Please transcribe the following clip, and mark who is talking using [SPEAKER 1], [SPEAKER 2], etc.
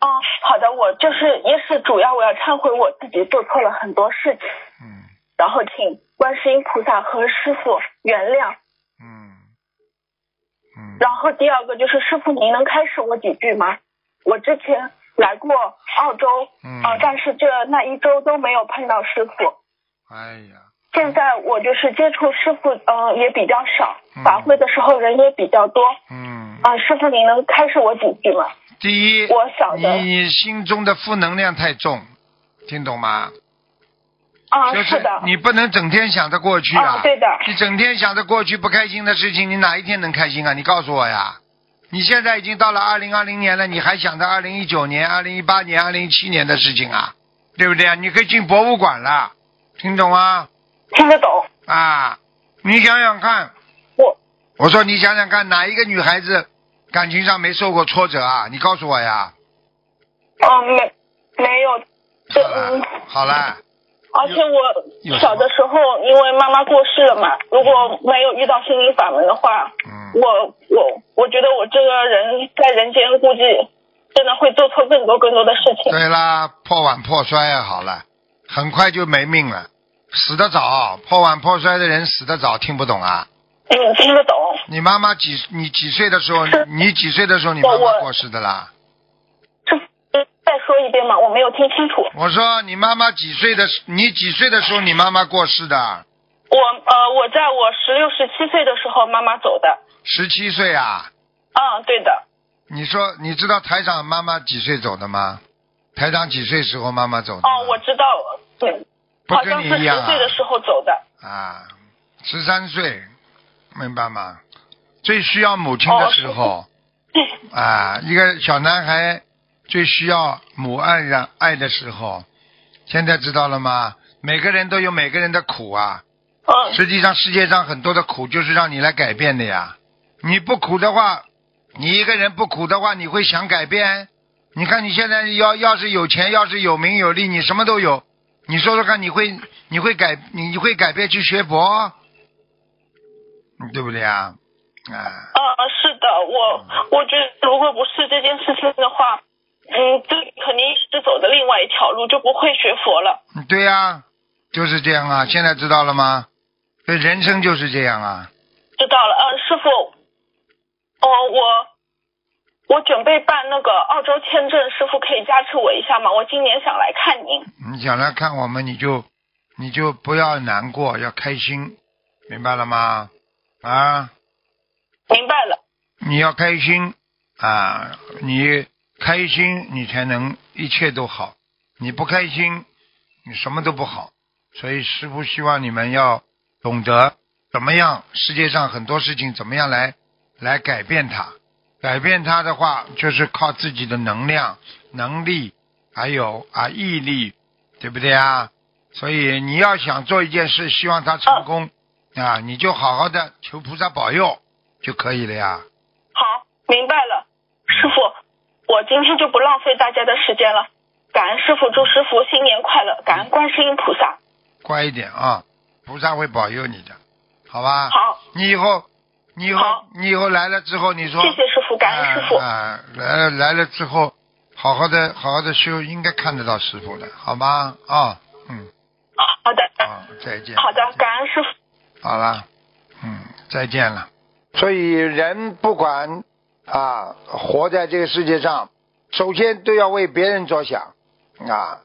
[SPEAKER 1] 哦，好的，我就是也是主要我要忏悔我自己做错了很多事情，
[SPEAKER 2] 嗯
[SPEAKER 1] 然后请观世音菩萨和师傅原谅。
[SPEAKER 2] 嗯嗯
[SPEAKER 1] 然后第二个就是师傅，您能开示我几句吗？我之前来过澳洲，
[SPEAKER 2] 嗯，
[SPEAKER 1] 啊，但是这那一周都没有碰到师傅。
[SPEAKER 2] 哎呀，
[SPEAKER 1] 现在我就是接触师傅，嗯、也比较少
[SPEAKER 2] 嗯，
[SPEAKER 1] 法会的时候人也比较多。
[SPEAKER 2] 嗯，
[SPEAKER 1] 啊、师傅，您能开示我几句吗？
[SPEAKER 2] 第一，
[SPEAKER 1] 我晓
[SPEAKER 2] 你
[SPEAKER 1] 得，
[SPEAKER 2] 你心中的负能量太重，听懂吗？
[SPEAKER 1] 啊、
[SPEAKER 2] 就是
[SPEAKER 1] 的，
[SPEAKER 2] 你不能整天想着过去
[SPEAKER 1] 啊、对的，
[SPEAKER 2] 你整天想着过去不开心的事情，你哪一天能开心啊？你告诉我呀！你现在已经到了二零二零年了，你还想着二零一九年、二零一八年、二零一七年的事情啊？对不对啊？你可以进博物馆了，听懂吗？
[SPEAKER 1] 听得懂。
[SPEAKER 2] 啊，你想想看，
[SPEAKER 1] 我
[SPEAKER 2] 我说你想想看，哪一个女孩子感情上没受过挫折啊？你告诉我呀！
[SPEAKER 1] 嗯，没没有，
[SPEAKER 2] 好
[SPEAKER 1] 对，
[SPEAKER 2] 了
[SPEAKER 1] 嗯，，
[SPEAKER 2] 好了，
[SPEAKER 1] 而且
[SPEAKER 2] 有
[SPEAKER 1] 我
[SPEAKER 2] 什么
[SPEAKER 1] 小的时候，因为妈妈过世了嘛，如果没有遇到心灵法门的话，
[SPEAKER 2] 嗯
[SPEAKER 1] 我我我觉得我这个人在人间估计真的会做错更多更多的事情。
[SPEAKER 2] 对啦，破碗破摔啊，好了，很快就没命了，死得早，破碗破摔的人死得早，听不懂啊？
[SPEAKER 1] 嗯，听得懂。
[SPEAKER 2] 你妈妈几你几岁的 时候，
[SPEAKER 1] 是
[SPEAKER 2] 你几岁的时候你妈
[SPEAKER 1] 我
[SPEAKER 2] 妈
[SPEAKER 1] 我
[SPEAKER 2] 过世的啦？
[SPEAKER 1] 师傅，再说一遍嘛，我没有听清楚。
[SPEAKER 2] 我说你妈妈几岁的时，你几岁的时候你妈妈过世的？
[SPEAKER 1] 我呃，我在我十六十七岁的时候，妈妈走的。
[SPEAKER 2] 十七岁啊？
[SPEAKER 1] 嗯，对的。
[SPEAKER 2] 你说你知道台长妈妈几岁走的吗？台长几岁时候妈妈走的吗？
[SPEAKER 1] 哦，我知道，对，
[SPEAKER 2] 不
[SPEAKER 1] 好
[SPEAKER 2] 跟
[SPEAKER 1] 像是
[SPEAKER 2] 你一
[SPEAKER 1] 十
[SPEAKER 2] 样啊
[SPEAKER 1] 岁的时候走的。
[SPEAKER 2] 啊，十三岁，明白吗？最需要母亲的时候。
[SPEAKER 1] 哦对，
[SPEAKER 2] 啊，一个小男孩最需要母爱让爱的时候，现在知道了吗？每个人都有每个人的苦啊，
[SPEAKER 1] 嗯，
[SPEAKER 2] 实际上世界上很多的苦就是让你来改变的呀。你不苦的话，你一个人不苦的话，你会想改变？你看你现在要要是有钱，要是有名有利，你什么都有，你说说看，你会你会改你你会改变去学佛，对不对啊？啊。
[SPEAKER 1] 呃，是的，我我觉得如果不是这件事情的话，嗯，这肯定是走的另外一条路，就不会学佛了。
[SPEAKER 2] 嗯对呀、就是这样啊，现在知道了吗？这人生就是这样啊，
[SPEAKER 1] 知道了，呃，师傅，哦，我我准备办那个澳洲签证，师傅可以加持我一下吗？我今年想来看您。
[SPEAKER 2] 你想来看我们，你就你就不要难过，要开心，明白了吗？啊，
[SPEAKER 1] 明白了，
[SPEAKER 2] 你要开心啊，你开心你才能一切都好，你不开心你什么都不好，所以师傅希望你们要懂得怎么样，世界上很多事情怎么样来来改变它，改变它的话就是靠自己的能量、能力，还有啊毅力，对不对啊？所以你要想做一件事，希望它成功啊，你就好好的求菩萨保佑就可以了呀。
[SPEAKER 1] 好，明白了，师傅，我今天就不浪费大家的时间了。感恩师傅，祝师傅新年快乐，感恩观世音菩萨。
[SPEAKER 2] 乖一点啊，菩萨会保佑你的，好吧？
[SPEAKER 1] 好，
[SPEAKER 2] 你以后，你以后
[SPEAKER 1] 好，
[SPEAKER 2] 你以后来了之后，你说，
[SPEAKER 1] 谢谢师傅，感恩师傅。
[SPEAKER 2] 啊、啊来了来了之后，好好的好好的修，应该看得到师傅的，好吧？啊、嗯，
[SPEAKER 1] 好的，
[SPEAKER 2] 啊，再见。
[SPEAKER 1] 好的
[SPEAKER 2] 再，见
[SPEAKER 1] 感恩师傅。
[SPEAKER 2] 好了，嗯，再见了。所以人不管啊，活在这个世界上，首先都要为别人着想啊。